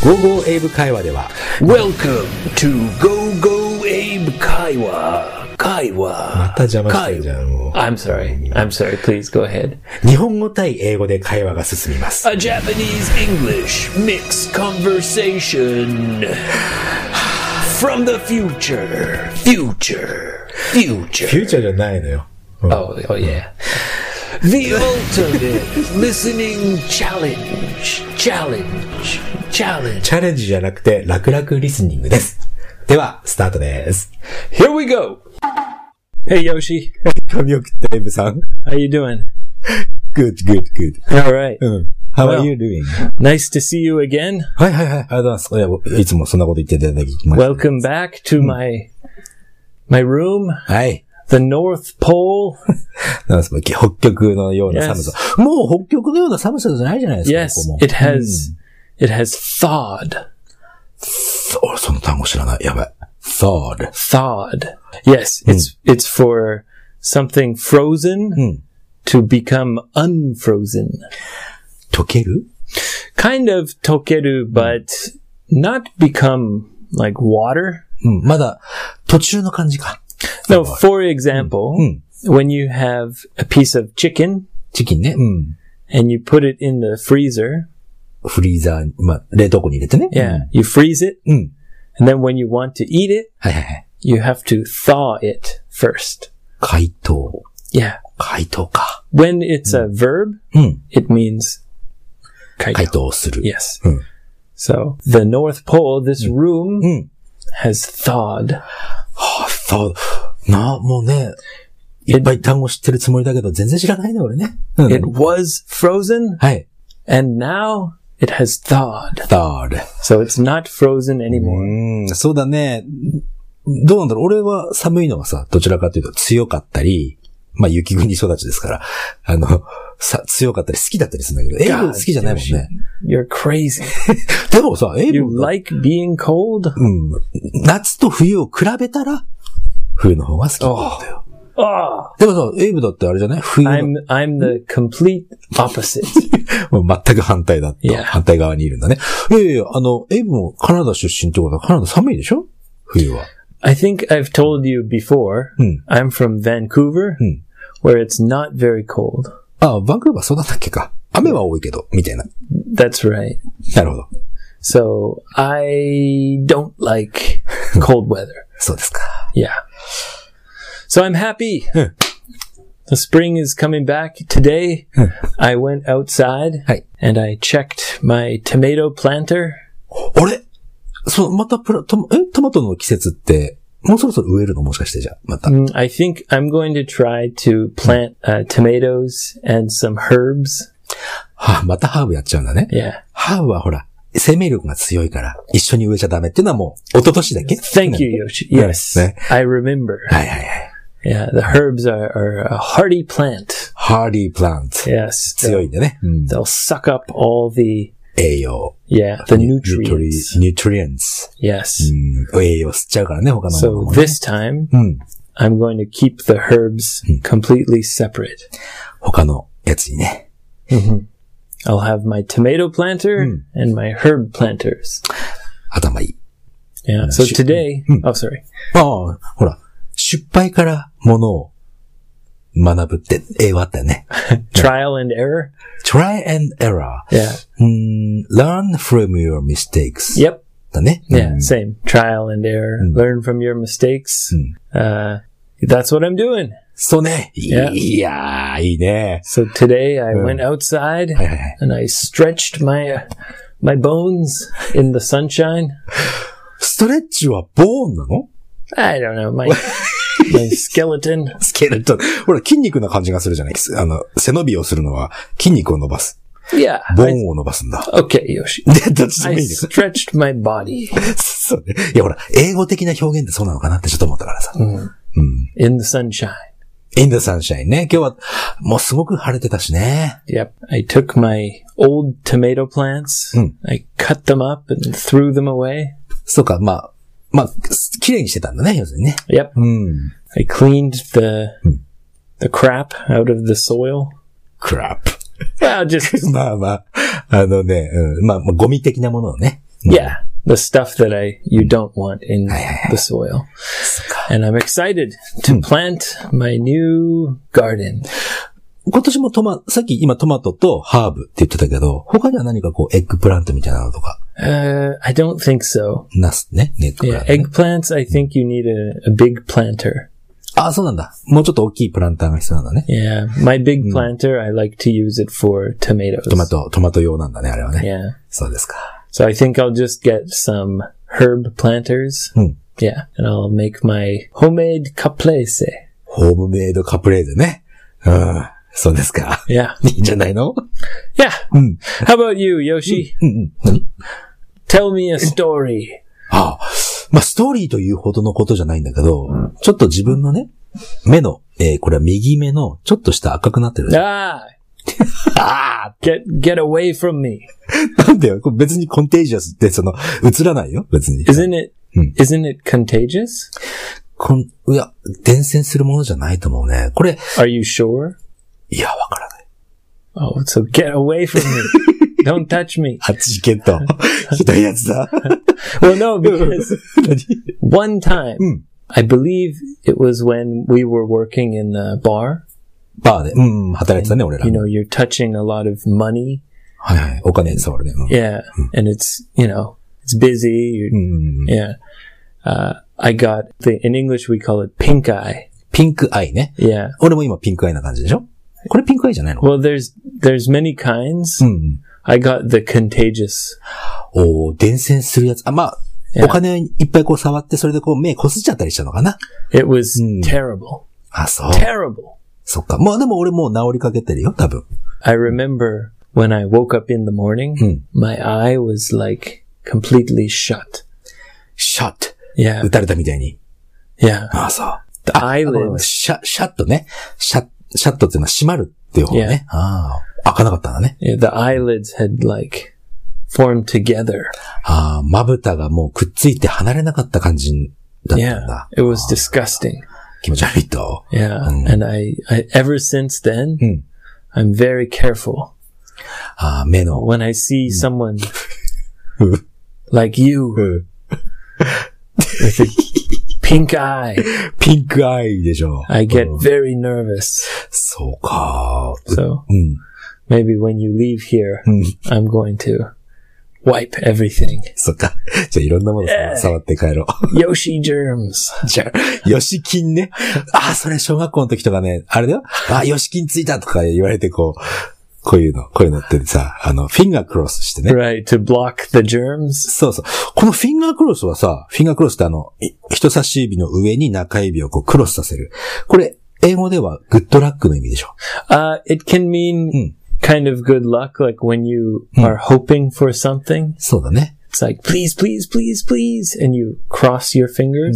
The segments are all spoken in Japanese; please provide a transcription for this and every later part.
GoGo 英語会話では Welcome to Go Go Abe ま Kaiwa. Kaiwa. た邪魔してるじゃんも I'm sorry. I'm sorry. Please go ahead. う日本語対英語で会話が進みます A Japanese English mixed conversation from the future. Future. フ Future. ューチャーじゃないのよ、うん Oh, oh yeah. The ultimate listening challenge. Challenge. Challenge. チャレンジじゃなくて楽々リスニングですではスタートです Here we go. Hey Yoshi, 髪を切ったエブさん how you doing? Good, good, good. All right. うん。How are Well. you doing? Nice to see you again. はいはいはい。ありがとうございます。いやいつもそんなこと言っていただきまして Welcome back to my my room, はい。 the North Pole. なんですか北極のような寒さ。もう北極のような寒さじゃないじゃないですか。 Yes, ここも it has it has thawed. うん俺その単語知らない。やばい。thawed. Thawed. Yes, it's it's for something frozen to become unfrozen. 溶ける Kind of tokeru, but not become like water. うん。まだ、途中の感じか。 No, for example, when you have a piece of chicken チキンね。うん。 and you put it in the freezer, フリーザーに、まあ、冷凍庫に入れてね。 yeah, you freeze it, うん。うん。 and then when you want to eat it, はいはいはい。 you have to thaw it first. 解凍。 Yeah. 解凍か。 When it's Hmm. a verb, うん。 it means kaito. 解凍する。 Yes. Hmm. So the North Pole, this room Hmm. has thawed. あ、そう。な、もうね、いっぱい単語知ってるつもりだけど、全然知らないね、俺ね。う It。was frozen はい。 and now it has thawed. ダール。 So it's not frozen anymore. うん、そうだね。どうなんだろう俺は寒いのがさ、どちらかというと強かったり、まあ雪国育ちですから、あの、さ、強かったり好きだったりするんだけど、英語好きじゃないもんね。 You're crazy. でもさ、英 You 語だ、 like being cold? うん、夏と冬を比べたら、冬の方が好きなんだよ。 Oh, でもさ、英語だってあれじゃない冬の I'm I'm the complete opposite. もう全く反対だった。いや反対側にいるんだね。いやいやいや、あの、エイブもカナダ出身ってことはカナダ寒いでしょ冬は。 I think I've told you before. Hmm. I'm from Vancouver, Hmm. where it's not very cold. あ、バンクーバーそうだったっけか。雨は多いけど、みたいな。 That's right. なるほど。 So I don't like cold weather. そうですか。 Yeah. So I'm happy. the spring is coming back. Today, I went outside Hi. and I checked my tomato planter. あれそう、またプラ、トマえトマトの季節って、もうそろそろ植えるのもしかしてじゃあ、また。 Mm, I think I'm going to try to plant uh, tomatoes and some herbs. はあ、またハーブやっちゃうんだね。 Yeah. ハーブはほら、生命力が強いから、一緒に植えちゃダメっていうのはもう、一昨年だっけ Thank you, Yoshi. Yes. Nice. eh? I remember. はいはいはい。 Yeah. The herbs are, are a hardy plant. ハーリープランツ。 Yes. 強 They'll, いんでね。うん。 they'll suck up all the, 栄養。 yeah, the ニュートリ nutrients. Mm. ニュートリエンス。 Yes. うん、栄養吸っちゃうからね、他のもの So もね、 this time, うん。 I'm going to keep the herbs completely separate. 他のやつにね。 I'll have my tomato planter and my herb planters. 頭いい。 Yeah. So should- today, oh, sorry. ああ、ほら、失敗からものを学ぶって英語あったよね。 Trial and error. try and error. Yeah. うん、learn from your mistakes. Yep. だね。 Yeah, same. Trial and error. Learn from your mistakes. Uh, that's what I'm doing. そうね。い Yeah. やー、いいね。 So today I went outside はいはいはい。 and I stretched my uh, my bones in the sunshine. ストレッチはボーンなの I don't know my my skeleton. スケルトン。ほら、筋肉な感じがするじゃないあの、背伸びをするのは筋肉を伸ばす。 Yeah. ボー I- ンを伸ばすんだ。 okay, Yoshi. で、どっちでも I いいんです。 stretched my body そうね。いや、ほら、英語的な表現ってそうなのかなってちょっと思ったからさ。 in the sunshine. In the sunshine ね。今日は、もうすごく晴れてたしね。 Yep. I took my old tomato plants. Mm. I cut them up and threw them away. そうか、まあ、まあ、綺麗にしてたんだね、要するにね。 Yep. うん。 I cleaned the the crap out of the soil. クラップ。 Well, just まあまあ、あのね、うん、まあ、まあゴミ的なものをね。 Yeah, the stuff that I you don't want in the soil. And I'm excited to plant my new garden. 今年もトマ、さっき今トマトとハーブって言ってたけど、他には何かこう、エッグプラントみたいなのとか、 Uh, I don't think so. ナスね、ネックプラ Yeah, ントね、 eggplants. I think you need a, a big planter. ああ、そうなんだ。もうちょっと大きいプランターが必要なんだね。 Yeah, my big planter. I like to use it for tomatoes. トマト、トマト用なんだね、あれはね。 Yeah. そうですか。 So I think I'll just get some herb planters. Hmm. Yeah, and I'll make my homemade caprese. ホームメイドカプレーゼね。うん、そうですか。 Yeah, いいんじゃないの yeah. うん。 How about you, Yoshi? うんうん。何 Tell me a story. ああ。まあ、ストーリーというほどのことじゃないんだけど、ちょっと自分のね、目の、えーこれは右目の、ちょっとした赤くなってる。 あ Ah, get get away from me! あなんだよ。これ別にコンテージアスって、その、映らないよ。別に。 Isn't it? Hmm. Isn't it contagious? こん、いや、伝染するものじゃないと思うね。これ、 Are you sure? いや、わからない。 Oh, so get away from me! Don't touch me. あっちゲ ット。ひどいやつだ。 Well, no, because 何 one time, Hmm. I believe it was when we were working in the bar. バーで、うん、働いてたね、俺ら You。know, you're touching a lot of money. はいはい。お金に触るね。うん Yeah. And it's, you know, it's busy. You're, うん。 Yeah. Uh, I got the, in English, we call it pink eye. ピンクアイね。 Yeah. 俺も今ピンクアイな感じでしょこれピンクアイじゃないの Well, there's, there's many kinds. うん。 I got the contagious. おお伝染するやつ。あ、まあ、 Yeah. お金いっぱいこう触って、それでこう目こすっちゃったりしたのかな It was Hmm. terrible. あ、そう。 Terrible. そっか。まあでも俺もう治りかけてるよ、多分。 I remember when I woke up in the morning, my eye was like completely shut. シャット Yeah. 打たれたみたいに。 Yeah. あ、そう。あ、 eyelids ごめんごめんシャ、シャットね。シャ、シャットっていうのは閉まるっていう方ね。ああ。開かなかったんだね。 Yeah, the eyelids had like formed together. ああ、まぶたがもうくっついて離れなかった感じだったん Yeah, だ。 it was disgusting. 気持ち悪いと。 Yeah, and I, I ever since then, Mm. I'm very careful ああ、目の。 when I see someone Mm. like you うん with a pink eye. ピンクアイでしょ。 I get うん very nervous. そうか。 So うん。 maybe when you leave here, Mm. I'm going to wipe everything. そっか。 じゃあいろんなものええさ触って帰ろう。 Yoshi germs. じゃあ、ヨシキンね。ああ、それ小学校の時とかね、あれだよ。ああ、ヨシキンついたとか言われてこう、こういうの、こういうのってさ、あの、フィンガークロスしてね。 Right, to block the germs. そうそう。このフィンガークロスはさ、フィンガークロスってあの、い人差し指の上に中指をこうクロスさせる。これ、英語ではグッドラックの意味でしょ。 Uh, it can mean kind of good luck, like when you are hoping for something. そうだね。 It's like, please, please, please, please. And you cross your fingers.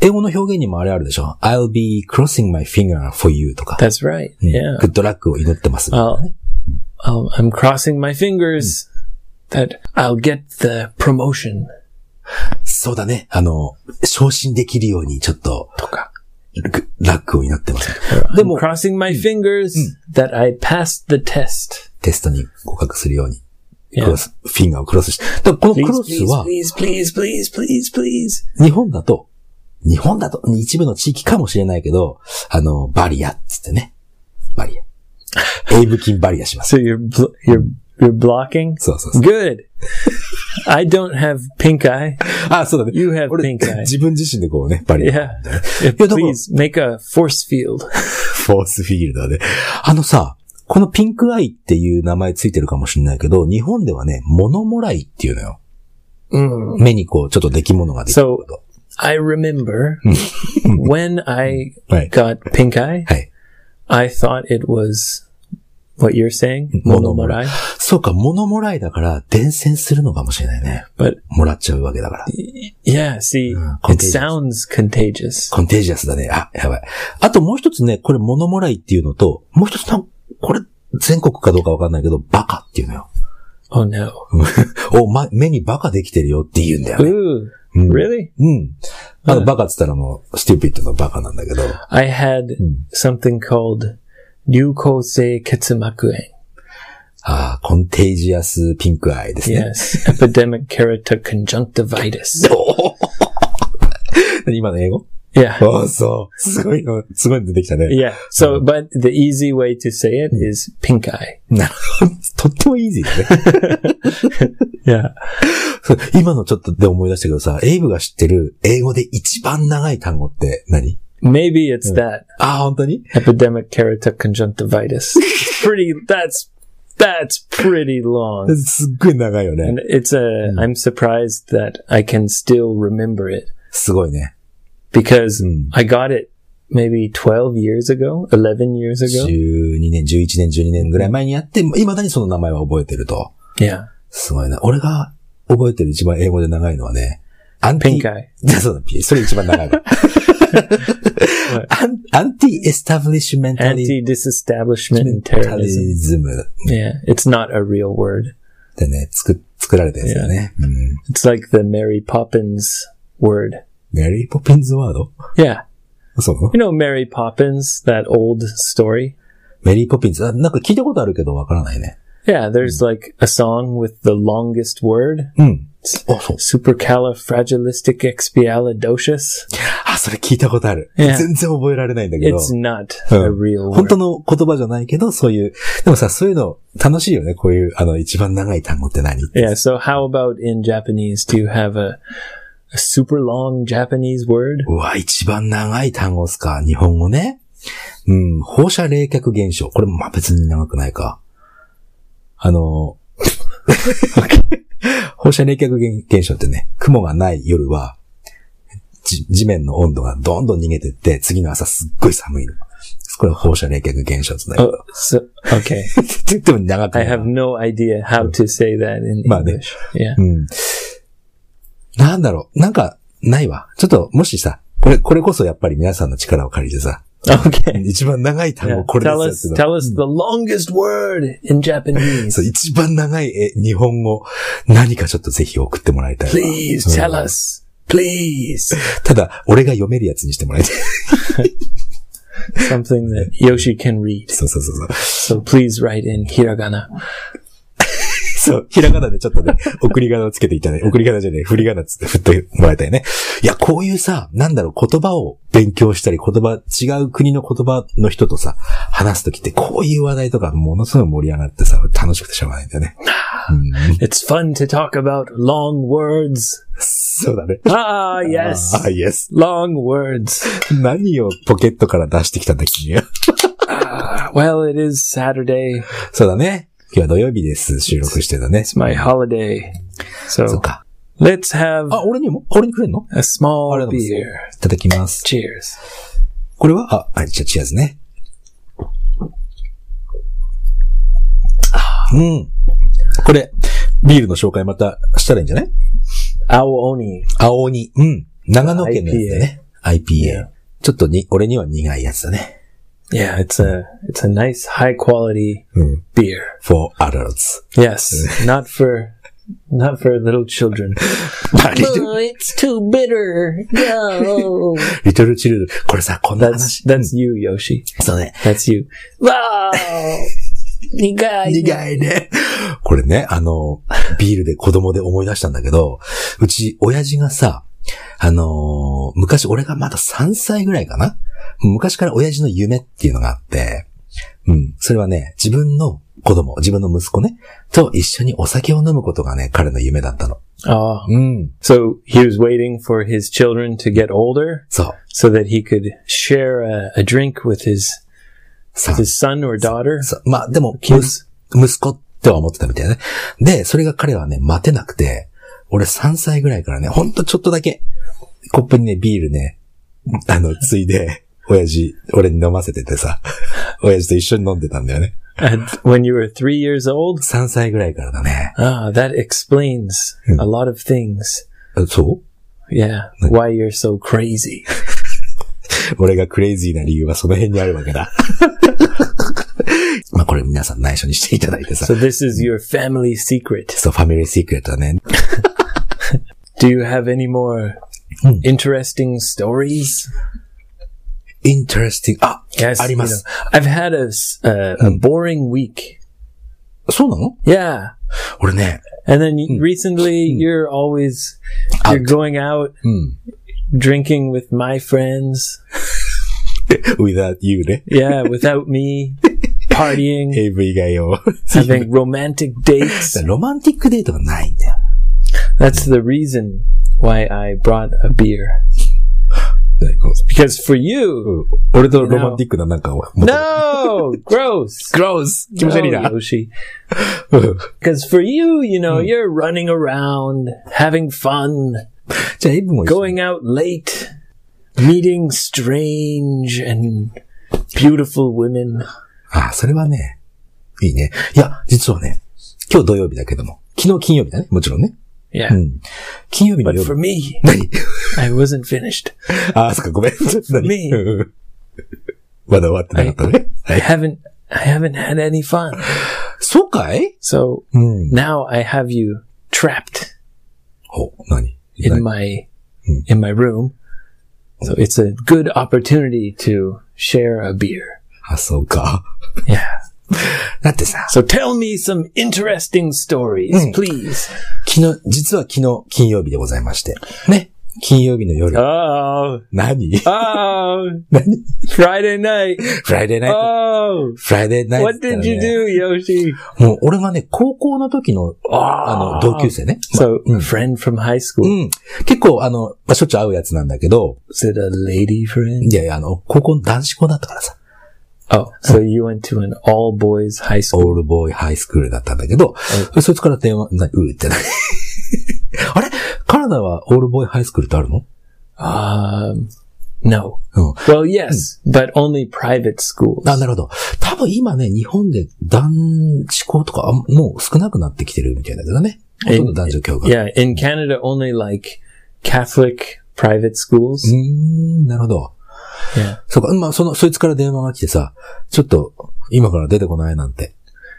英語の表現にもあれあるでしょ。I'll be crossing my finger for you とか。 That's right. Yeah. グッドラックを祈ってますみたいなね。 I'll, I'll, I'm crossing my fingers that I'll get the promotion. そうだね。あの、昇進できるようにちょっと、とか。グラックを祈ってます。 I'm crossing my fingers that I passed the test. テストに合格するように、ク Yeah. ロス、フィンガーをクロスして。だからこのク Please, ロス please, は、 please, please, please, please, please. 日本だと、日本だと、一部の地域かもしれないけど、あの、バリアっつってね。バ リア。英武金バリアします。 So you're, bl- you're, you're blocking? そうそうそう。 Good. I don't have pink eye. あ、そうだね。 You have 俺 pink eye. 自分自身でこうね、バリア。い Yeah. や、だから- Please make a force field. フォースフィールドで。あのさ、このピンクアイっていう名前ついてるかもしれないけど、日本ではね、物もらいっていうのよ。 Mm. 目にこう、ちょっと出来物ができること。 I remember when I Hmm. Right. got pink eye, はい。 I thought it was what you're Hmm. saying, monomorai. そうか、物もらいだから、伝染するのかもしれないね。 But もらっちゃうわけだから。 yeah, see, Uh, it contagious. sounds contagious. コンテージアスだね。あ、やばい。あともう一つね、これ物もらいっていうのと、もう一つなんこれ、全国かどうかわかんないけど、バカっていうのよ。 Oh no. お、ま、目にバカできてるよって言うんだよね。 Ooh, Mm. really? うん。あの、バカって言ったらもう、ステューピッドのバカなんだけど。 I Hmm. had something called Ryukosei Ketsumakuen. ああ、コンテージアスピンクアイですね。 Yes. Epidemic keratoconjunctivitis. 今の英語 Yeah. ああ、そう。すごいの、すごいの出てきたね。 Yeah. So, Hmm. but the easy way to say it is pink eye. なるほど。とってもイージーだね。 Yeah. そう今のちょっとで思い出したけどさ、エイブが知ってる英語で一番長い単語って何 Maybe it's Hmm. that ああ、本当に epidemic keratoconjunctivitis. pretty, that's, that's pretty long. すっごい長いよね And。it's a, I'm surprised that I can still remember it すごいね。 because Mm. I got it maybe 12 years ago, 11 years ago. 12年、11年、12年ぐらい前にやって、未だにその名前は覚えてると。 Yeah. すごいな。俺が覚えてる一番英語で長いのはね、アンティ Pink。eye. そうだ、ピンそれ一番長いわ。アンアンティエスタブリッシュメンタリ Anti disestablishment and タ terrorism. リズム Yeah. It's not a real word. でね、作、作られたやつだよね。うん。 It's like the Mary Poppins word. メリーポピンズワード Yeah. そう You know Mary Poppins, that old story? メリーポピンズ。あなんか聞いたことあるけどわからないね。 Yeah, there's like a song with the longest word. うん。あ、そう。 Supercalifragilisticexpialidocious. あ、それ聞いたことある。いや全然覚えられないんだけど。 It's not うん a real 本 word. 当の言葉じゃないけど、そういう。でもさ、そういうの楽しいよね。こういう、あの、一番長い単語って何 Yeah, so how about in Japanese? Do you have a, a super long Japanese word? うわ、一番長い単語っすか。日本語ね。うん、放射冷却現象。これもまあ別に長くないか。あの、 放射冷却現現象ってね、雲がない夜は、じ地面の温度がどんどん逃げてって、次の朝すっごい寒いの。これは放射冷却現象って ね。 Oh, so, okay. って言っても長く I ない。 have no idea how to say that in Well, they- English. Yeah. うん。なんだろう。なんか、ないわ。ちょっと、もしさ、これ、これこそやっぱり皆さんの力を借りてさ、 Okay. 一番長い単 Yeah. 語これで Tell すよ us, っていうの tell us the longest word in そ Japanese. う一番長いえ日本語、何かちょっとぜひ送ってもらいたいわ。 Please うん tell us. Please. ただ、俺が読めるやつにしてもらいたい。 Something that Yoshi can read. そうそうそうそう。 So please write in hiragana. そう、ひらがなでちょっと ね、送り仮名をつけていただいて、送り仮名じゃない、振り仮名つって振ってもらいたいね。いや、こういうさ、なんだろう、言葉を勉強したり、言葉、違う国の言葉の人とさ、話すときって、こういう話題とか、ものすごい盛り上がってさ、楽しくてしょうがないんだよね。 It's fun to talk about long words. そうだね。 Ah, yes. あ、イエス。 Long words. 何をポケットから出してきたんだ、君は。 Well, it is Saturday. そうだね。今日は土曜日です、収録してたね。 It's my holiday. そ So うか。 let's have あ、俺にも俺にくれんの a small ありがとうございます。い beer. ただきます。 Cheers. これは、あ、あ、じゃあ、チアーズね。あうん。これ、ビールの紹介またしたらいいんじゃない Aooni. 青鬼。うん。長野県のやつだね。IPA。ちょっとに、俺には苦いやつだね。 Yeah, it's a it's a nice high quality うん。 beer. for adults. Yes, not for not for little children. まあ、リトル、 Oh, it's too bitter. No. リトルチルドレンこれさ、こんな That's 話。 that's you, Yoshi. そうね。 That's you. Wow. 苦いね。これね、あの、ビールで子供で思い出したんだけど、うち、親父がさ、あのー昔、俺がまだ3歳ぐらいかな昔から親父の夢っていうのがあって、うん。それはね、自分の子供、自分の息子ね、と一緒にお酒を飲むことがね、彼の夢だったの。 Oh, うん。 so he was waiting for his children to get older そう。 so that he could share a, a drink with his さ his son or daughter. そうまあ、でも、 Kids 息子っては思ってたみたいね。で、それが彼はね、待てなくて、俺3歳ぐらいからね、ほんとちょっとだけ、コップにね、ビールね、あの、ついで、親父、俺に飲ませててさ、 親父と一緒に飲んでたんだよね。 And when you were three years old? 3歳ぐらいからだね。 Ah, that explains Hmm. a lot of things. えそう Yeah, Hmm. why you're so crazy. 俺がクレイジーな理由はその辺にあるわけ だ。まあこれ皆さん内緒にしていただいてさ So。this is your family secret. そう、ファミリーシークレットだね。 Do you have any more Hmm. interesting stories? interesting. あ、 Yes, あります。Hmm. you know, I've had a, s- a- a boring uh, week. そうなの Yeah. 俺ね、 And then recently, you're always you're Hmm. Out. going out うん。 drinking with my friends. without you ね。 Yeah, without me, partying, AV が よ。 having romantic dates. ロマンティックデートがないんだよ。 That's the reason why I brought a beer. 'Cause for you, 俺とロマンティックななんかを。 no, gross. グロース気持ち悪い No, な。 Yoshi. Because for you, you know, you're running around, having fun, じゃあ、エブも一緒に going out late, meeting strange and beautiful women. ああ、それはね、いいね。いや、実はね、今日土曜日だけども、昨日金曜日だね、もちろんね。 Yeah. うん。金曜日の But 夜 for。me, 何 I wasn't finished. あ あ、そっか、ごめん。何ねうんうん まだ終わってなかったね。は I い。 haven't, I haven't had any fun. そうかい So うん。 now I have you trapped お、何 in my, in my room. So it's a good opportunity to share a beer. あ、そうか。 Yeah. だってさ、 So tell me some interesting stories, please. 昨日、実は昨日金曜日でございまして。ね。金曜日の夜。 Oh, 何 oh, 何 Friday night. フライデーナイト。 Oh, フライデーナイト、 what did you do, Yoshi? もう俺がね、高校の時の、あの、同級生ね。 So, friend from high う school. ん。結構、あの、まあ、しょっちゅう会うやつなんだけど、 Is it a lady friend? いやいや、あの、高校の男子校だったからさ、 Oh, so you went to an all boys high school. オールボーイハイスクールだったんだけど、そいつから電話、な、うーってな。 あれカナダはオールボーイハイスクールってあるの Um, no. Oh. Well, yes, but only private schools. あ、なるほど。多分今ね、日本で男子校とか、あもう少なくなってきてるみたいだけどね。ほとんど男女共学。う Yeah, in Canada, only like Catholic private schools. ーん、なるほど。 Yeah. そうか、まあ、その、そいつから電話が来てさ、ちょっと、今から出てこないなんて、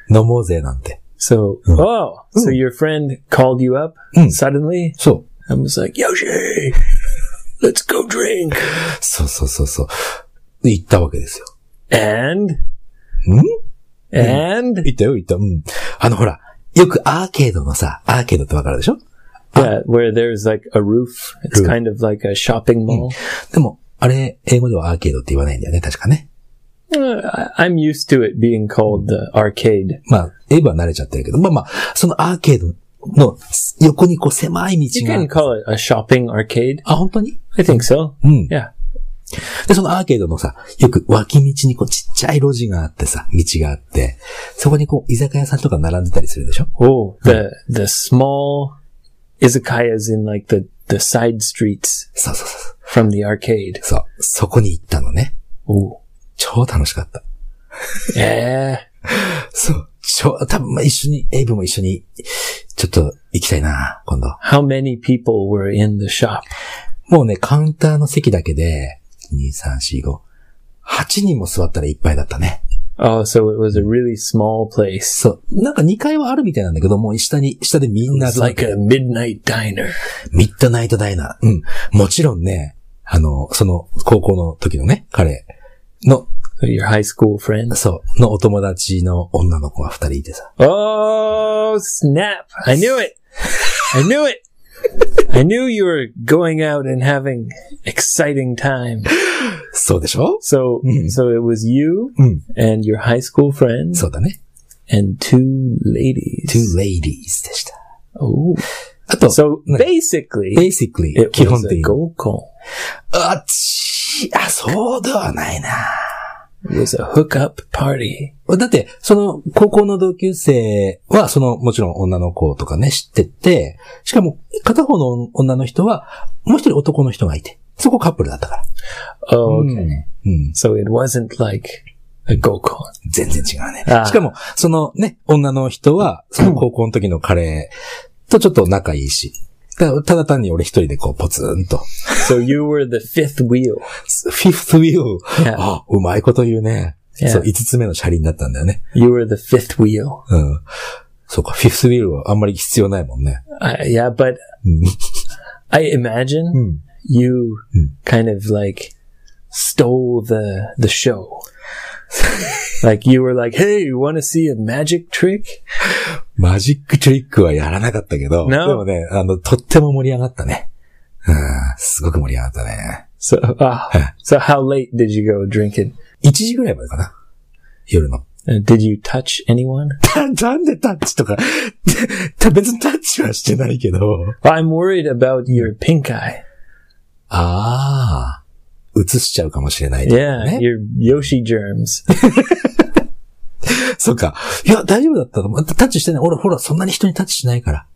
飲もうぜなんて。 So, oh, so your friend called you up Mm. suddenly そう。 and was like, Yoshi, let's go drink. そうそうそうそう。で行ったわけですよ。 And, ん and, 行ったよ、行った。うん。あの、ほら、よくアーケードのさ、アーケードってわかるでしょ yeah, where there's like a roof. It's Roof. kind of like a shopping mall. でも、あれ、英語ではアーケードって言わないんだよね、確かね。 Uh, I- I'm used to it being called the arcade. まあ、英語は慣れちゃってるけど、まあまあ、そのアーケードの横にこう狭い You 道 can が。 call it a shopping arcade. あ、本当に I think so. うん。 Yeah. で、そのアーケードのさ、よく脇道にこうちっちゃい路地があってさ、道があって、そこにこう居酒屋さんとか並んでたりするでしょ Oh, the the small izakayas in like the the side streets そうそうそうそう。 from the arcade. そう。そこに行ったのね。 Oh, 超楽しかった。 yeah. そう。超、多分まあ一緒に、エイブも一緒に、ちょっと行きたいな、今度。 How many people were in the shop? もうね、カウンターの席だけで、2、3、4、5、8人も座ったらいっぱいだったね。 Oh, so it was a really small place. そう。なんか2階はあるみたいなんだけど、もう下に、下でみんな It's 集まっ like て、 a midnight diner. ミッドナイトダイナー。うん。もちろんね、あの、その、高校の時のね、彼の、 So your high school friends. そう、のお友達の女の子が二人いてさ。 Oh, snap. I knew it. I knew it. I knew you were going out and having exciting time. そうでしょ So, so it was you うん。 and your high school friends そうだね。 and two ladies. two ladies でした。 Oh. あと、 So ね basically, basically, it 基本 was 的 a に。 gokon. あっちあ、そうではないな。 It was a hookup party. だって、その、高校の同級生は、その、もちろん女の子とかね、知ってて、しかも、片方の女の人は、もう一人男の人がいて、そこカップルだったから。 Oh, Hmm. okay. うん。 So it wasn't like a gokon. 全然違うね。あーしかも、そのね、女の人は、その高校の時の彼とちょっと仲いいし、たただ単に俺一人でこう、ポツンと、 So you were the fifth wheel. フィフスウィル。 Yeah. あ、うまいこと言うね。 Yeah. そう、五つ目の車輪だったんだよね。 You were the fifth wheel. うん。そうか、フィフスウィルはあんまり必要ないもんね。 Uh, yeah, but うん。 I imagine うん。 you kind of like stole the the show. Like you were like, hey, you want to see a magic trick? マジックトリックはやらなかったけど、 No. でもね、あの、とっても盛り上がったね。うん、すごく盛り上がったね。 So, uh, so how late did you go drinking? 1時ぐらいまでかな夜の。 Uh, did you touch anyone? たなんでタッチとか、 た別にタッチはしてないけど。 I'm worried about your pink eye. ああ。映しちゃうかもしれない、 Yeah, ね。 your Yoshi germs. そっか。いや、大丈夫だったのまタッチしてない。俺、ほら、そんなに人にタッチしないから。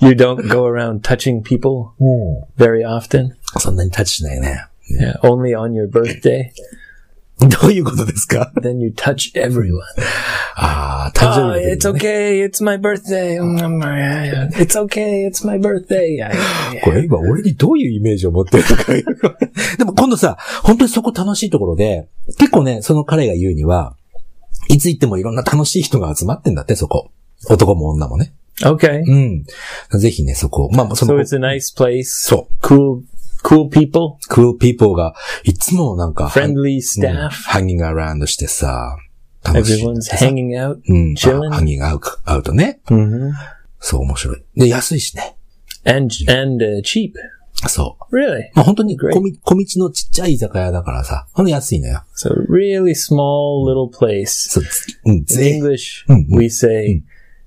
you don't go around touching people うん。 very often. そんなにタッチしないね。 Yeah, only on your birthday. どういうことですか Then you touch everyone. ああ、誕 Oh, 生日の it's 時にね okay. It's my birthday. Mm, It's okay. It's my birthday. これ今俺にどういうイメージを持ってるのかよくわかんない。 でも今度さ、本当にそこ楽しいところで、結構ね、その彼が言うには、いつ行ってもいろんな楽しい人が集まってんだって、そこ。男も女もね。 Okay. うん。ぜひね、そこ。まあ、そ So の、 it's a nice place. そう。 Cool, cool people. クールピーポーが、いつもなんか、 Friendly うん staff. ハンギングアラウンドしてさ、楽しい。 Everyone's hanging out, うん。 chilling. ハンギングアウトアウトね。 hmm そう、面白い。で、安いしね。 And and uh, cheap. そう。 Really. まあ、本当に Great. 小み、小道のちっちゃい居酒屋だからさ、ほんと安いのよ。 So really small little place. そう、つうん、 In 全 English, Mm, we say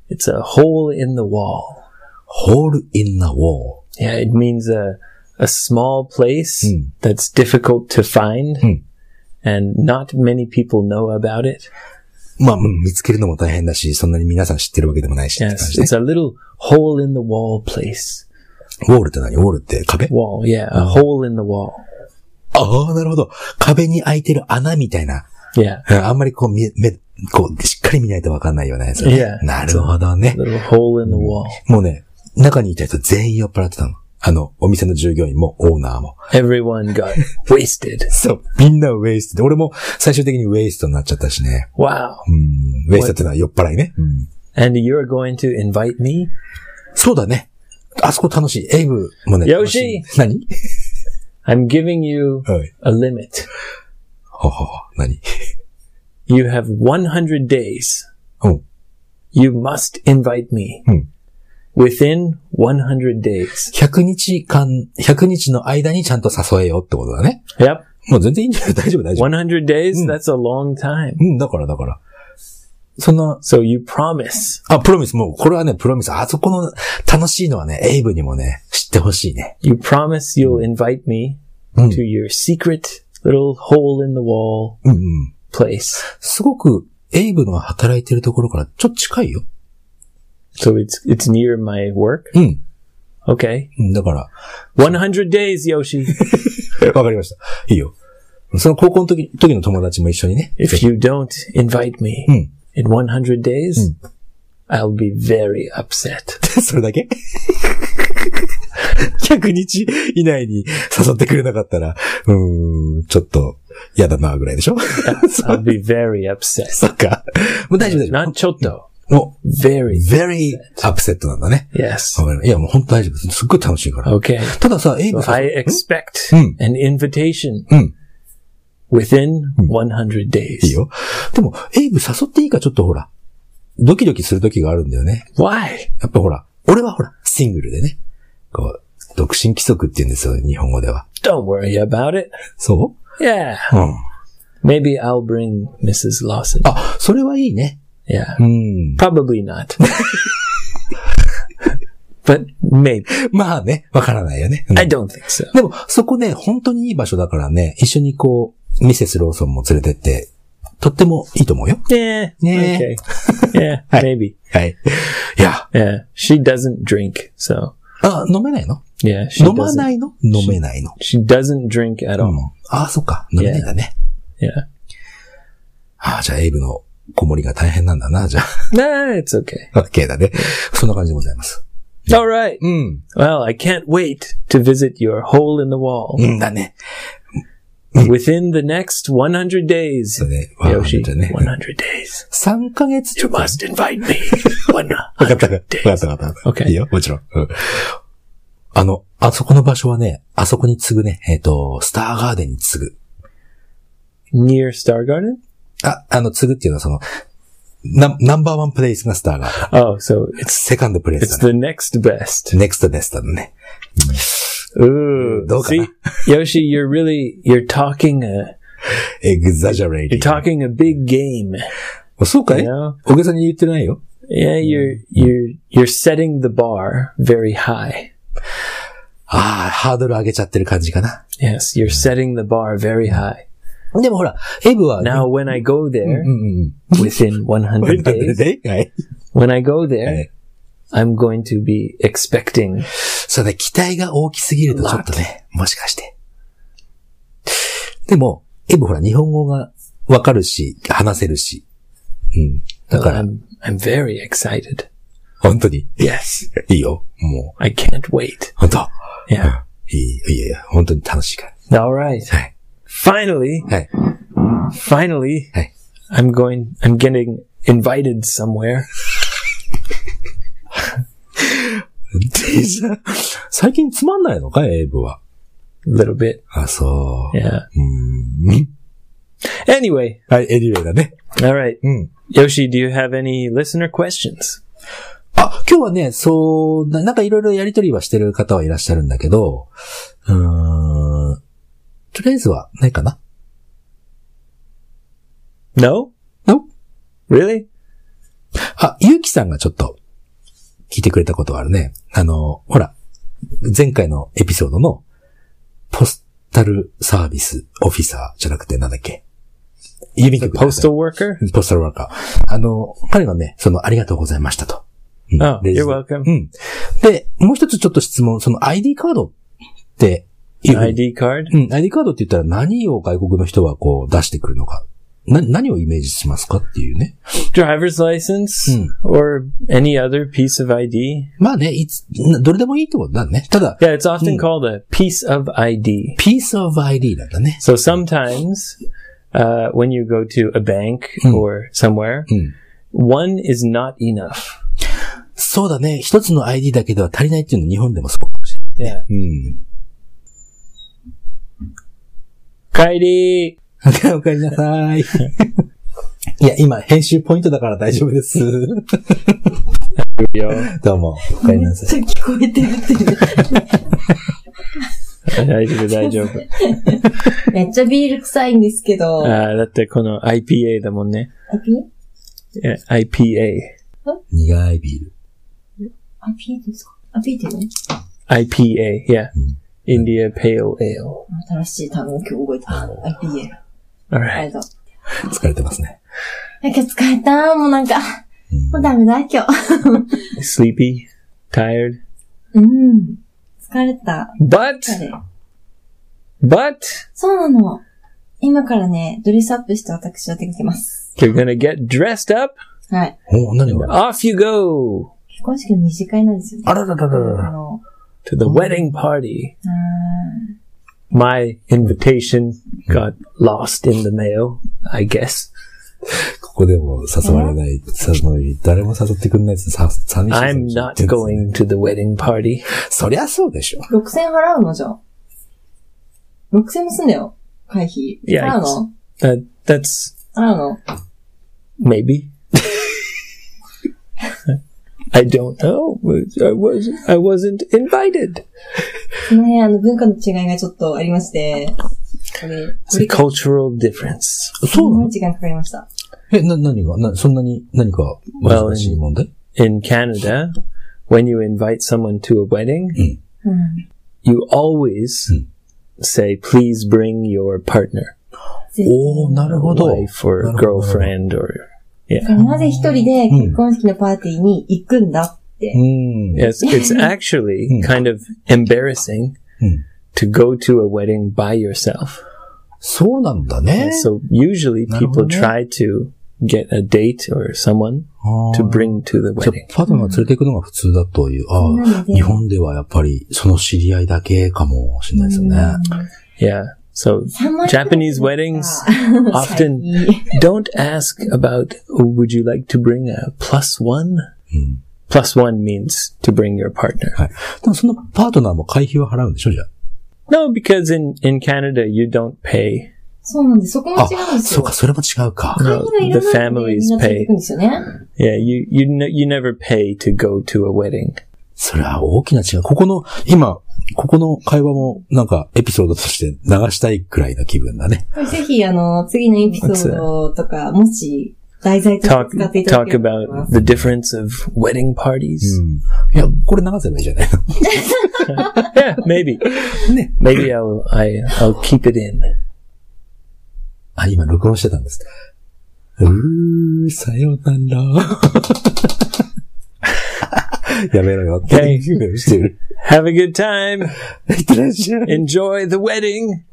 it's a hole in the wall. ホールインナーウォ Yeah, it means a a small place Mm. that's difficult to find Mm. and not many people know about it. ー。まあ、うん見つけるのも大変だし、そんなに皆さん知ってるわけでもないしって感 Yes, じね it's a little hole in the wall place. ウォールって何ウォールって壁 Wall, yeah, a hole in the wall. ああ、なるほど。壁に開いてる穴みたいな。 Yeah, うんあんまりこう、見え目、こう、しっかり見ないとわかんないよね。それいやなるほどね。 little hole in the wall. もうね、中にいた人全員酔っ払ってたの。あの、お店の従業員もオーナーも。 Everyone got wasted. そう。みんなウェイストで、俺も最終的にウェイストになっちゃったしね。 Wow. Hmm. うん。ウェイストってのは酔っ払いね。うん。 And you're going to invite me? そうだね。あそこ楽しい。エイブもね。よし楽い何 I'm giving you はい。 a limit. ほうほうほう。何 You have 100 days. うん。 You must invite me. Hmm. Within 100 days. 100日間、100日の間にちゃんと誘えよってことだね。 Yep. もう全然いいんじ ゃない大丈夫、大丈夫。 100 days, Hmm. that's a long time. うん、だから、だから。そんな、 So you promise. あ、プロミス、もう、これはね、プロミス。あそこの楽しいのはね、エイブにもね、知ってほしいね。 You promise you'll invite me Hmm. to your secret little hole in the wall うんうん。 place. すごく、エイブの働いてるところからちょっと近いよ。 So it's it's near my work. うん。 Okay. うんだから、 100 days, Yoshi. わかりました。いいよ。その高校の時時の友達も一緒にね。 If you don't invite me Hmm. in 100 days, I'll be very upset. それだけ ?100 日以内に誘ってくれなかったら、うーん、ちょっと、嫌だな、ぐらいでしょ I'll be very upset. そっか。もう大丈夫、大丈 Not choto. 夫。も Very. う、very upset なんだね。 Yes. わかりましたいや、もう本当大丈夫。すっごい楽しいから。 Okay. たださ、エイブ So さ I ん、 expect Hmm. an invitation Hmm. within 100いい days. よ。でも、エイブ誘っていいかちょっとほら、ドキドキする時があるんだよね。 Why? やっぱほら、俺はほら、シングルでね。こう、独身規則って言うんですよ、日本語では。 Don't worry about it. そ Yeah. ううん。 Maybe I'll bring Mrs. Lawson. あ、それはいいね。 Yeah. うん。Probably not. but maybe. まあね、わからないよね。うん I don't think so. でも、そこね、本当にいい場所だからね、一緒にこう、ミセスローソンも連れてって、とってもいいと思うよ。 Yeah. Yeah. Okay. Yeah. Maybe. はい。いや、 Yeah. She doesn't drink. So あ、飲めないの yeah. She 飲まな doesn't, いの飲めないの。 she doesn't drink at うん all.。あ、そっか、飲めないんだね。 Yeah. あじゃあ、エイブの子守りが大変なんだな、 じゃ Nah, it's okay. あ。OK だね。そんな感じでございます。 All right. うん。 Well, I can't wait to visit your hole in the wall うんだね。 within the next 100 days. そうね。わか Yoshi, ったね。 100 days. 3ヶ月ちょ You っと。わ must invite me. かった か。わか100 days. ったわかった。 Okay. いいよ、もちろん。うんあの、あそこの場所はね、あそこに次ぐね、えっと、スターガーデンに次ぐ。 near Star Garden? あ、あの、継ぐっていうのはその、ナナンバーワンプレイスがスターが、 Oh, so it's セカンドプレイス it's だね。 the next best. ネクストベストだね。 Ooh, どうかな？ see, Yoshi, you're really you're talking a エグザジャレイデ you're ィ。 talking a big game. あそうかい You know? 大げさに言ってないよ。 Yeah, you're you're you're setting the bar very high. ああ、ハードル上げちゃってる感じかな。 Yes, you're setting the bar very high. でもほら、エブは、 Now, when I go う there んうん。 within 100 days, ではい when I go Eh. there, I'm going to be expecting そうね、期待が大きすぎるとちょっとね、もしかして。でも、エブほら、日本語がわかるし、話せるし。うん。だ Well, から、 I'm, I'm very excited. 本当に、 Yes. いいよ。も I can't wait. う、本当 Yeah. いい、いやいや、本当に楽しいから。 All right. Hey. Finally, はい。 finally, Hey. I'm going, I'm getting invited somewhere. でさ、最近つまんないのかエイブは。 A little bit. あ、そう。 Yeah. うん。 Anyway. はい、エリウェイだね。 All right. うん。 Yoshi, do you have any listener questions? あ、今日はね、そう、ななんかいろいろやりとりはしてる方はいらっしゃるんだけど、うーん、とりあえずはないかな No? No. Really? あ、ゆうきさんがちょっと聞いてくれたことはあるね。あの、ほら、前回のエピソードの、ポスタルサービスオフィサーじゃなくてなんだっけ郵便局だよね Postal worker? ポスタルワーカー。あの、彼がね、その、ありがとうございましたと。うん Oh, レジ you're welcome. うん。で、もう一つちょっと質問、その ID カードっていう、 ID card? うん、ID カードって言ったら何を外国の人はこう出してくるのか。な、何をイメージしますかっていうね。 Driver's license? Hmm. Or any other piece of ID? まあね、いつ、などれでもいいってことだね。ただ、 Yeah, it's often Hmm. called a piece of ID. piece of ID なんだね。 So sometimes uh, when you go to a bank Hmm. or somewhere, Hmm. one is not enough. そうだね。一つの ID だけでは足りないっていうの日本でもそうかもし Yeah. れない。 Kaidi! うん。おかえりなさい。 いや、今、編集ポイントだから大丈夫です。 Yo. どうも、おかえりなさい。めっちゃ聞こえてるっていう。大丈夫、大丈夫。めっちゃビール臭いんですけど。Uh, あー、だってこの IPA だもんね。 IP? Yeah, IPA. 苦いビール。 IP ですか ?IP ってね。 IPA, yeah. Hmm. India Pale Ale. 新しい単語を今日覚えた。IPA。 All あ right. れだ。疲れてますね。なんか疲れた。もうなんか、もうダメだ、今日。 Sleepy, tired, うん。疲れた。 but, 疲れ but そうなの。今からね、ドレスアップして私は出てきます。 you're gonna get dressed up. はい。お、何を Off you go 結婚式の二次会なんですよね。あらららららあの、 to the wedding party. うーん My invitation got lost in the mail, I guess. ここでも誘われない、誘い、誰も誘ってくれないやつ、さ、寂しい。 I'm not going to the wedding party. そりゃそうでしょ。 6000円払うのじゃあ。6000円もすんだよ。会費。いや払うの That, that's 払うの Maybe. I don't know. I was I wasn't invited. その辺、あの、文化の違いがちょっとありまして、これ、 It's こ a れ、 cultural difference. そうなものう時間かかりました。え、な、何がな、そんなに、何か、難しい問題 In Canada, when you invite someone to a wedding, うん。 you always say, "Please bring your partner, 絶おー、なるほ or ど。 wife, or なるほど girlfriend, or だからなぜ一人で結婚式のパーティーに行くんだって。うん。 yes." It's actually kind of embarrassing Hmm. to go to a wedding by yourself. そうなんだね And。so usually people なるほどね。 try to get a date or someone あー to bring to the じゃ wedding. あパートナーを連れていくのが普通だという。あなあ、ので日本ではやっぱり、その知り合いだけかもしれないですよね。 Yeah. So 3万円 Japanese weddings often 最近 don't ask about oh, would you like to bring a plus one? Plus one means to bring your partner. はい。でもそのパートナーも会費は払うんでしょじゃあ。 No, because in, in Canada you don't pay そうなんです。そこもあ違うんで、すそよ。うか、それも違うか。会費がいら The ないのでみん families なついて pay. くんですよね。 Yeah, you you ne- you never pay to go to a wedding. それは大きな違い。ここの、今、ここの会話もなんかエピソードとして流したいくらいの気分だね。これぜひ、あの、次のエピソードとか、もし、題材と Talk して使っていただ talk ければと思い about ます。 the difference of wedding parties. うん。いや、これ流せばいいじゃない Yeah, maybe ね。 maybe I'll I I'll keep it in. あ、今録音してたんです。うー、さよな ら。やめろよって。 Okay. してる。 Have a good time. いってらっしゃい。 Enjoy the wedding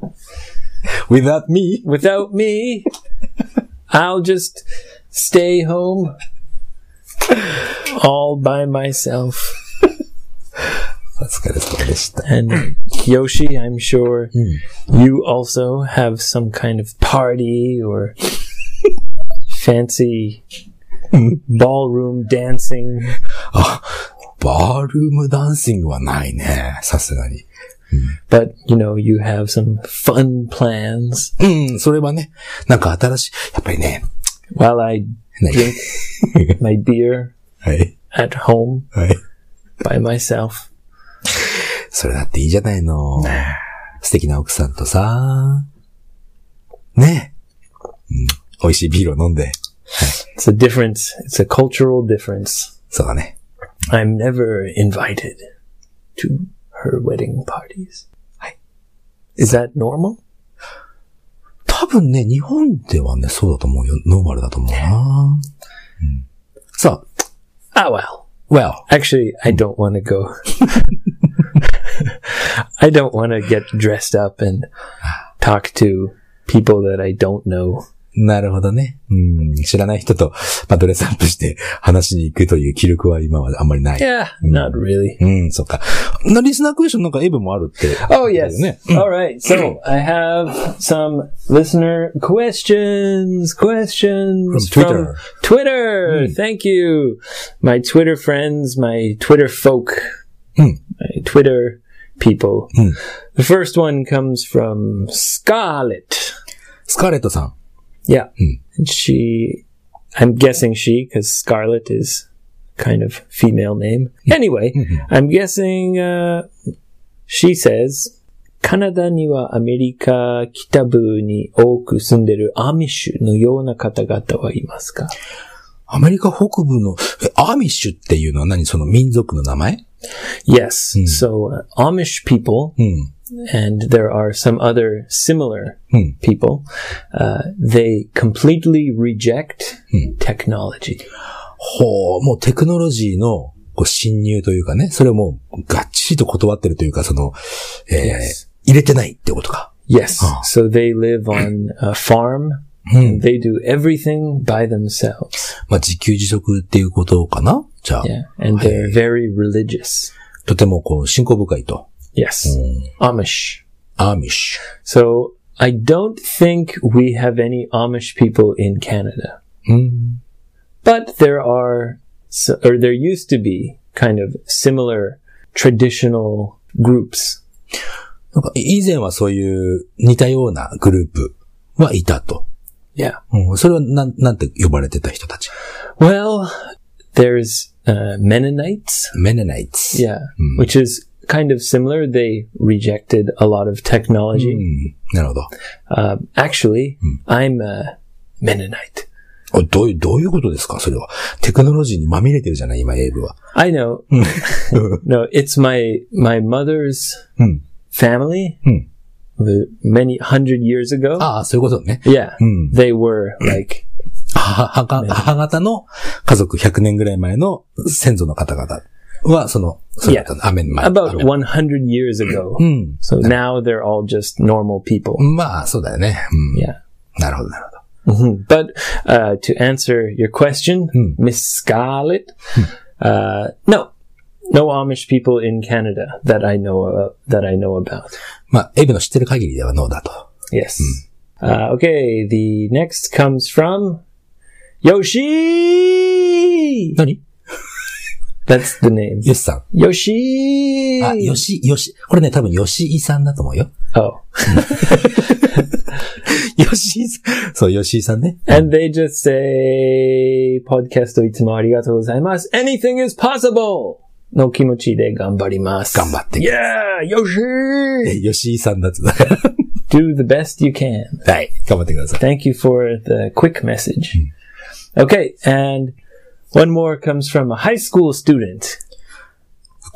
without me. without me. I'll just stay home all by myself. お疲れ様でした。 And Yoshi, I'm sure you also have some kind of party or fancy ballroom dancing. バールームダンシングはないね。さすがに。 But you know, you have some fun plans うん、それはね、なんか新しい、やっぱりね、 while I ね drink my beer はい、 at home はい。 by myself. それだっていいじゃないの。素敵な奥さんとさ、ね、うん、美味しいビールを飲んで、 It's a difference. It's a cultural difference. そうだね。 I'm never invited to her wedding parties. Is that normal? 多分ね、日本ではね、そうだと思うよ。ノーマルだと思うな。うんさ Ah, well. あ、well, Actually, I don't want to go. I don't want to get dressed up and talk to people that I don't know. なるほどね。うん、知らない人と、まあ、ドレスアップして話しに行くという気力は今はあんまりない。 Yeah, not really. うん、そっか。な、リスナークエスチョンなんかエブもあるって。 Oh, yes. ね。 All right. So I have some listener questions. From Questions Twitter. Hmm. Twitter. Thank you. My Twitter friends, my Twitter folk, Mm. my Twitter people. Mm. The first one comes from Scarlett. スカーレットさん。 Yeah. Mm. And she, I'm guessing she, because Scarlet is kind of female name. Anyway, I'm guessing uh, she says, カナダにはアメリカ北部に多く住んでるアミッシュのような方々はいますかアメリカ北部の、えアーミッシュっていうのは何その民族の名前 Yes. Mm. So uh, Amish people, うん。 and there are some other similar Mm. people, uh, they completely reject technology. ほう、もうテクノロジーのこう侵入というかね、それをもうがっちりと断ってるというか、その、えー Yes. 入れてないってことか。 Yes. Oh. So they live on a farm. Hmm. And they do everything by themselves. まあ、自給自足っていうことかなじゃあ、 Yeah. And they're very religious. とてもこう、信仰深いと。 Yes. Hmm. Amish. アーミッシュ。 So I don't think we have any Amish people in Canada, うん。 but there are, s- or there used to be kind of similar traditional groups. なんか、以前はそういう似たようなグループはいたと。 Yeah. うん、それはなん、なんて呼ばれてた人たち。 Well, there's uh, Mennonites. メネナイツ。 Yeah. Hmm. Which is kind of similar. They rejected a lot of う technology. ん。なるほど。 Uh, actually, Hmm. I'm a Mennonite. あどういう、どういうことですかそれは。テクノロジーにまみれてるじゃない今、エイブは。 I know. no, it's my my mother's Hmm. family. Hmm. the- Many hundred years ago. ああ、そういうことね。 Yeah, Hmm. they were like 母、母、母方の家族100年ぐらい前の先祖の方々は、その、それだったの。アメン前。 about アメン100 years ago. うん。 So now they're all just normal people. まあ、そうだよね。うん。 Yeah. なるほど、なるほど。 Mhm. But uh, to answer your question, Hmm. Miss Scarlett, uh, no, no Amish people in Canada that I know of, that I know about. まあ、エイブの知ってる限りではノーだと。 Yes. Uh, okay, the next comes from Yoshi! 何 That's the name. ヨシさ Yoshi! ん。あ、 ヨシ、ヨシ。これね、多分ヨシイさんだと思うよ。 Oh. 吉井さん。そう、吉井さんね。 And they just say, podcast をいつもありがとうございます。Anything is possible! の気持ちで頑張ります。頑張って Yeah! よしえー吉井さん だってだから Do the best you can. はい。頑張ってください。 Thank you for the quick message. Okay, and one more comes from a high school student.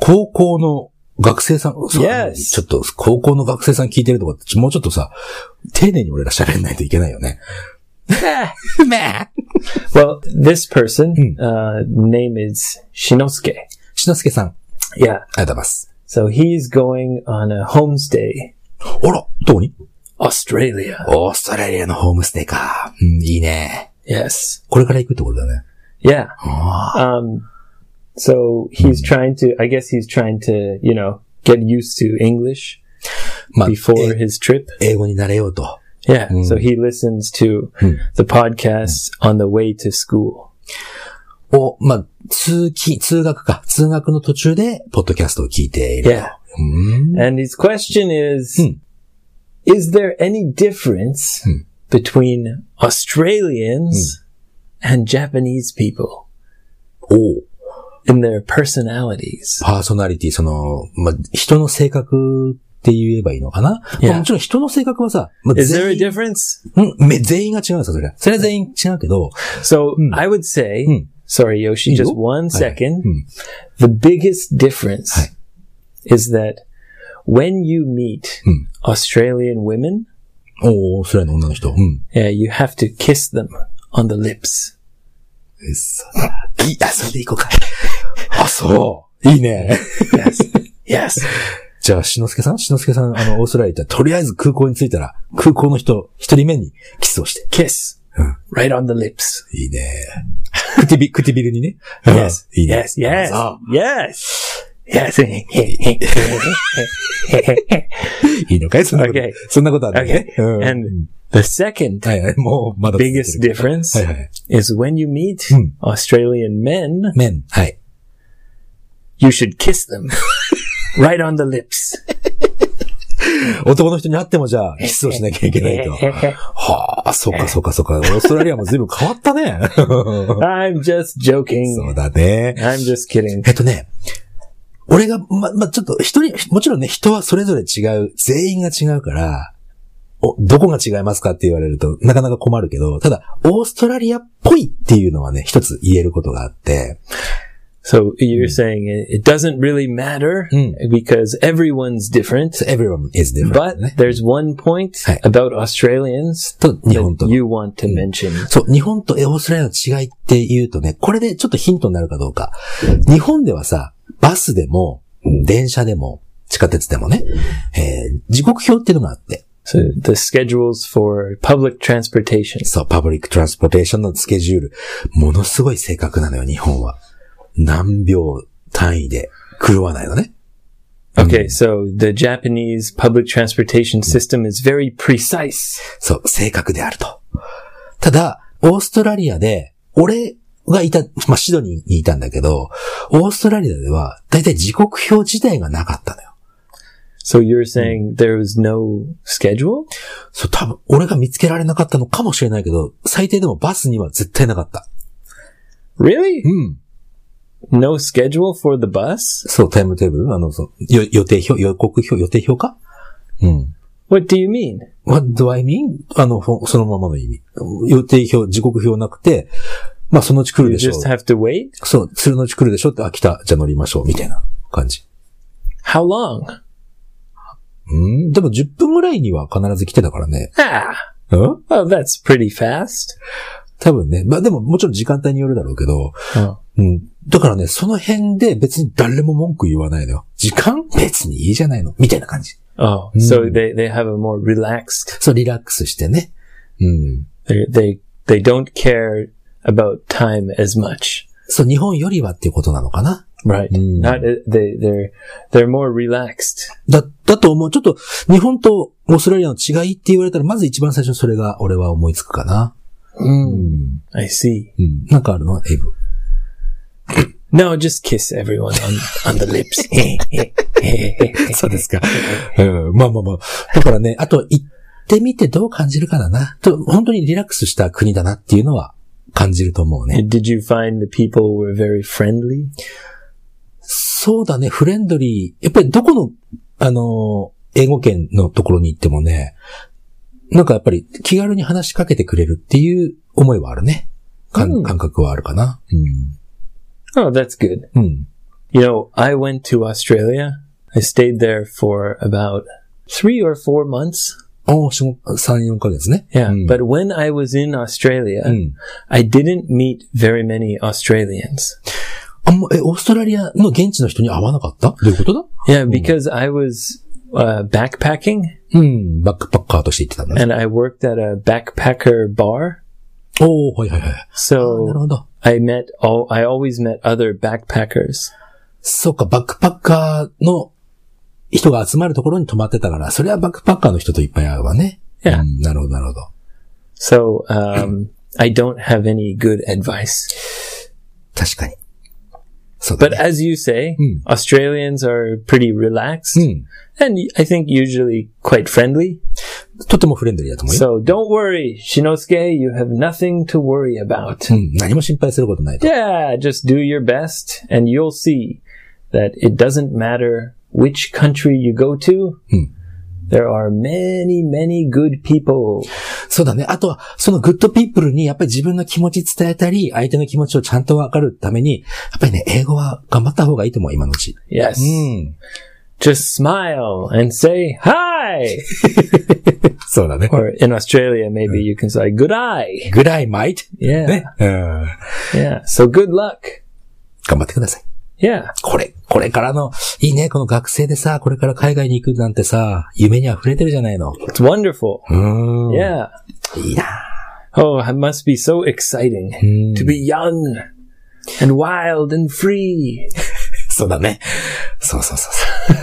高校の学生さん、そう Yes ちょっと高校の学生さん聞いてるとか、もうちょっとさ、丁寧に俺ら喋んないといけないよ ね。 Well, this person, uh, name is Shinosuke. しのすけさん、あり Yeah. がとうございます。 So he's going on a homestay, あら、どこに Australia. オーストラリアのホームステイか。うん、いいね。 Yes. これから行くってことだね。 Yeah. あ Um, so he's trying to, I guess he's trying to, you know, get used to English ーまあ、 before え his trip. 英語になれようと。 Yeah. So he listens to the podcasts on the way to school. を、まあ、通勤、通学か。通学の途中で、ポッドキャストを聞いている。 Yeah. And his question is, Hmm. is there any difference between Australians and Japanese people おう in their personalities? パーソナリティ、その、まあ、人の性格って言えばいいのかな、 Yeah. まあもちろん人の性格はさ、まあ Is there 全 a 員 difference? うん、め全員が違うんですよ、それは。それは全員違うけど、 So I would say, sorry, Yoshi, just one second. The biggest difference is that when you meet Australian women, おー、それの女の人。うん。 uh, you have to kiss them on the lips. うっそ。いい、あ、それで行こうか。あ、そう。いいね。 Yes. yes. じゃあ、しのすけさんしのすけさん、あの、オーストラリア行ったら、とりあえず空港に着いたら、空港の人、一人目にキスをして。 Kiss right on the lips. いいね。唇、唇にね。 Yes. うんいいね。 Yes. Yes. あ Yes. Yes. いいのかいそんなこと Okay.。そんなことあるね okay.。うん And the second はいはい、もう、まだ続いてる。 biggest difference はいはい。 is when you meet Australian men, 麺。はい。 you should kiss them right on the lips. 男の人に会ってもじ ゃあ、キスをしなきゃいけないと。はあ、そっかそっかそっか。オ ーストラリアも随分変わった ね。 I'm just そう joking. だね。 I'm just kidding. えっとね、俺が、ま、ま、ちょっと一人、もちろんね、人はそれぞれ違う、全員が違うから、お、どこが違いますかって言われると、なかなか困るけど、ただ、オーストラリアっぽいっていうのはね、一つ言えることがあって、 So you're saying it it doesn't really matter Mm. because everyone's different, so everyone is different. but ね。 there's one point Hey. about Australians と、日本 that との。 you want to mention. そう、日本とオーストラリアの違いって言うとね、これでちょっとヒントになるかどうか。日本ではさ、バスでも、電車でも、地下鉄でもね、えー時刻表っていうのがあって、 So the schedules for public transportation. そう、パブリックトランスポーテーションのスケジュール、ものすごい正確なのよ、日本は。何秒単位で狂わないのね。 Okay, so the Japanese public transportation system is very precise. そう、正確であると。ただ、オーストラリアで、俺がいた、まあ、シドニーにいたんだけど、オーストラリアでは、だいたい時刻表自体がなかったのよ。 So you're saying there was no schedule? そう、多分、俺が見つけられなかったのかもしれないけど、最低でもバスには絶対なかった。 Really? うん。 No schedule for the bus? そう、タイムテーブルあの、そう、よ予定表、予告表、予定表かうん。 What do you mean? What do I mean? あの、ほそのままの意味。予定表、時刻表なくて、まあ、そのうち来る You でしょ just have to wait? そう、そのうち来るでしょって、あ、来た、じゃあ乗りましょう、みたいな感じ。 How long? うん、でも10分ぐらいには必ず来てたからね。 Ah, うん well, that's pretty fast. 多分ね。まあでももちろん時間帯によるだろうけど、 Oh. うん。だからね、その辺で別に誰も文句言わないのよ。時間別にいいじゃないのみたいな感じ。 Oh, so they, they have a more relaxed, そう、リラックスしてね。うん。 they, they, they don't care about time as much. そう、日本よりはっていうことなのかな Right. Mm. Not, uh, they, they're, they're more relaxed. だ、だと思う。ちょっと、日本とオーストラリアの違いって言われたら、まず一番最初にそれが俺は思いつくかな。うん。Mm. I see. うん。なんかあるのエイブ。 No, just kiss everyone on, on the lips. そうですか。うん。まあまあまあ。だからね、あと、い、ってみてどう感じるかだな。と、本当にリラックスした国だなっていうのは感じると思うね。 And did you find the people were very friendly? そうだね、フレンドリー。やっぱりどこの、あのー、英語圏のところに行ってもね、なんかやっぱり気軽に話しかけてくれるっていう思いはあるね。感,、うん感覚はあるかな。 Oh, that's good. うん。うん。 You know, I went to Australia. I stayed there for about three or four months. おー、3、4ヶ月ね。 Yeah. うん But when I was in Australia, うん。 I didn't meet very many Australians. あんま、え、オーストラリアの現地の人に会わなかったどういうことだ Yeah, because I was uh, backpacking うん、バックパッカーとして行ってたんだね。 and I worked at a backpacker bar. おー、はいはいはい。なる So ほど。 I met all, I always met other backpackers. そうか、バックパッカーの人が集まるところに泊まってたから、それはバックパッカーの人といっぱい会うわね。いやうんなるほど、なるほど。 So, um, I don't have any good advice. 確かに。そうだ But ね。 as you say, Mm. Australians are pretty relaxed うん。 and I think usually quite friendly. とてもフレンドリーだと思うよ。 So don't worry, Shinosuke, you have nothing to worry about. うん、何も心配することないと。 Yeah, just do your best and you'll see that it doesn't matter which country you go to. Mm. There are many, many good people. そうだね。あとは、そのグッドピープルにやっぱり自分の気持ち伝えたり、相手の気持ちをちゃんとわかるために、やっぱりね、英語は頑張った方がいいと思う、今のうち。 Yes. うん。 Just smile and say hi. そうだね。 or in Australia, maybe you can say good eye. ぐらい、マイト。 Yeah. ね。うん。 Yeah. So good luck. 頑張ってください。 Yeah. これ、これからの、いいね、この学生でさ、これから海外に行くなんてさ、夢に溢れてるじゃないの。 It's wonderful. うーん。 Yeah. いいな。 Oh, it must be so exciting Hmm. to be young and wild and free. そうだね。そうそうそ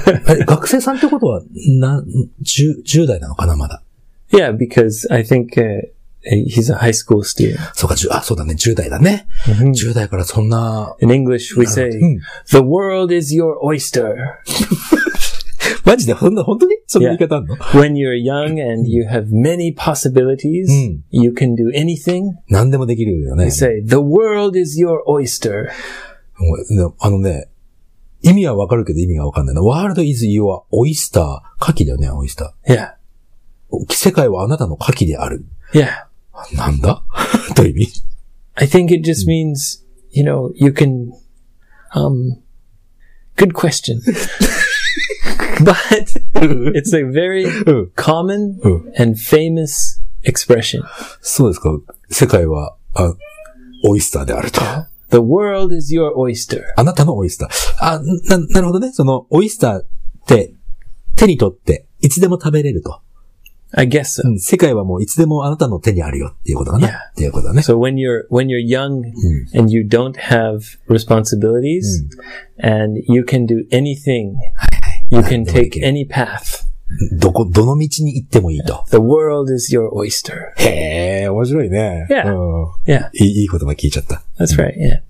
う そう。え学生さんってことは、な、10、10代なのかな、まだ。 Yeah, because I think uh, he's a high school student. そうか、10あ、そうだね、10代だね。10代からそんな、 In English, we say, うん the world is your oyster. マジで、ほんな、本当にその言い方あんの When you're young and you have many possibilities, Mm. you can do anything. 何でもできるよね You。say, the world is your oyster. もうであのね、意味はわかるけど意味がわかんないな。ワールドイズ y はオイスター、牡蠣だよね、オイスタ Yeah. ー。世界はあなたの牡蠣である。 Yeah. なんだ という意味 I think it just means, you know, you can, um, good question. but it's a very Mm. common Mm. and famous expression. そうですか。世界は、あ、オイスターであると。 The world is your oyster. あなたのオイスター。あ、な、なるほどね。その、オイスターって、手に取って、いつでも食べれると。 I guess so. うん世界はもういつでもあなたの手にあるよっていうことだな。 Yeah. っていうことだね。 So when you're, when you're young and you don't have responsibilities and you can do anything, you can take any path. どこ、どの道に行ってもいいと。 The world is your oyster. へえ、面白いね Yeah. うん Yeah, いい、いい言葉聞いちゃった。 that's right. Yeah.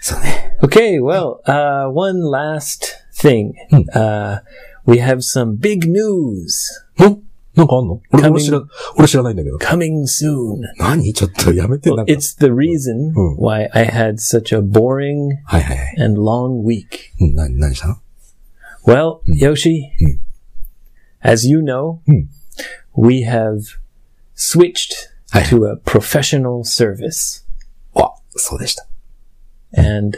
そうね。 Okay, well, uh, one last thing. Uh, we have some big news んなんかあんの俺、 Coming- 俺知ら、俺知らないんだけど。 coming soon. 何ちょっとやめて、なんか。 It's the reason Mm. why I had such a boring はいはいはい。 and long week. うん、何、何したの Well, Yoshi, as you know, Mm. we have switched Hi. to a professional service, あ、そうでした。 and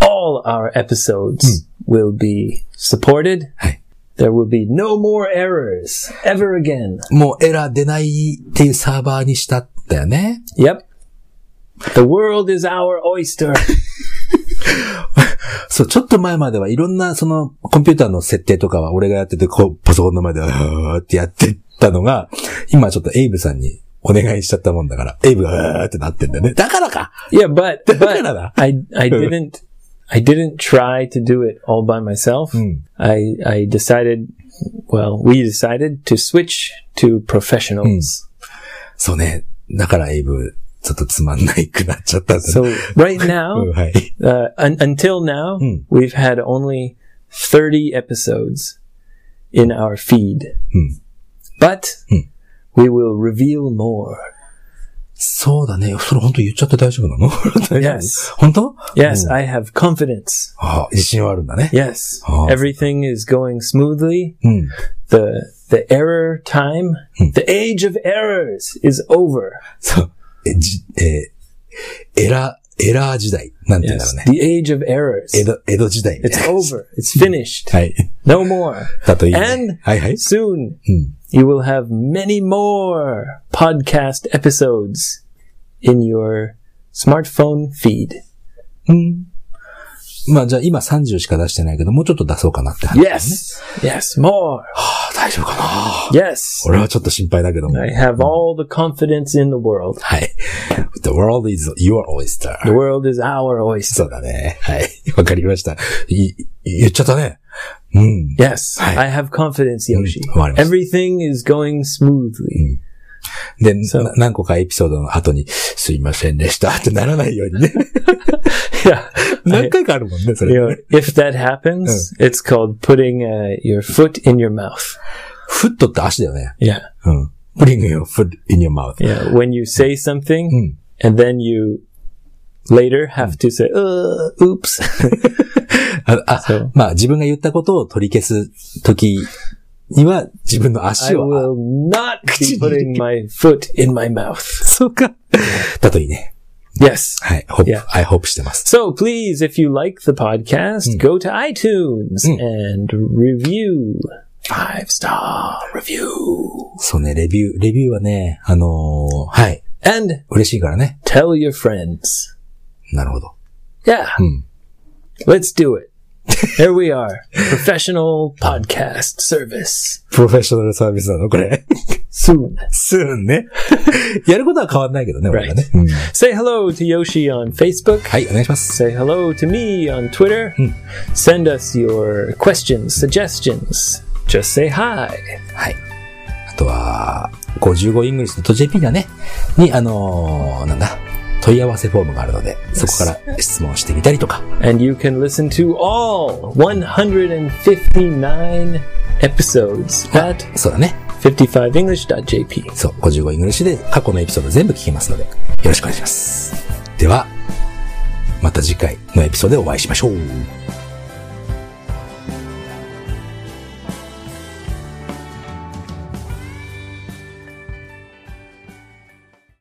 all our episodes will be supported. Hi. There will be no more errors ever again. もうエラー出ないっていうサーバーにしたんだよね。 Yep. The world is our oyster. そう、ちょっと前まではいろんなそのコンピューターの設定とかは俺がやってて、こう、パソコンの前であーってやってたのが、今ちょっとエイブさんにお願いしちゃったもんだから、エイブがあーってなってんだよね。だからか yeah, but Canada. but I I didn't I didn't try to do it all by myself. Mm. I I decided well, we decided to switch to professionals. そうね。だからエイブ、ちょっとつまんないくなっちゃったんだね。 So right うん now, はい。 uh, un- until now, Mm. we've had only 30 episodes in our feed. Mm. But Mm. We will reveal more. そうだね。それ本当言っちゃって大丈夫なの 大丈夫 Yes. 本当 Yes, うん I have confidence. あ自信はあるんだね。 Yes, Oh. everything is going smoothly. うん。 The the error time, the age of errors is over. そう。え、じ、えーエラー、エラー時代。なんて言うんだろ Yes, うね。 the age of errors. 江戸、江戸時代みた It's い over. It's finished. な。はい。 No more. だといい、ね。 And- はいはい。 Soon, うん。 you will have many more podcast episodes in your smartphone feed. うん。まあじゃあ今30しか出してないけど、もうちょっと出そうかなって話。 Yes. Yes, more. あ大丈夫かな Yes. 俺はちょっと心配だけども。 I have all the confidence in the world. はい。The world is your oyster. The world is our oyster. そうだね。はい。わかりました。い、言っちゃったね。うん。 Yes, Hi. I have confidence, Yoshi. Mm, what else? Mm. Everything is going smoothly. で、そうな何個かエピソードの後に、すいませんでしたってならないようにね。 yeah. 何回かあるもんね、そ You れ。 know, if that happens, Mm. it's called putting uh, your foot in your mouth. フットって足だよね。 Yeah. うん。bring your foot in your mouth. Yeah, when you say Mm. something and then you later have to say, uh, oops. あ、あそうまあ自分が言ったことを取り消すときには自分の I 足を。あ will not be Kuchi- putting my foot in my mouth. そうか。だといいね。 Yes. はい。hope, Yeah. I hope してます。 So please, if you like the podcast, go to iTunes Mm. and review. Five star review. そうね、レビュー、レビューはね、あのーはい。 And 嬉しいからね。 tell your friends. なるほど。 Yeah. Mm. Let's do it. There we are. Professional podcast service. プロフェッショナルサービスなのこれ。 Soon. すーん ね。やることは変わんないけどね、俺はね。うん Say hello to Yoshi on Facebook. はい、お願いします。 Say hello to me on Twitter. Send us your questions, suggestions. Just say hi. はい。あとは、55イングリス .jp だね。に、あのーなんだ。問い合わせフォームがあるので、そこから質問してみたりとか。 And you can listen to all 159 episodes at そうだね。 55english.jp. そう、55イングリッシュで過去のエピソード全部聞けますので、よろしくお願いします。では、また次回のエピソードでお会いしましょう。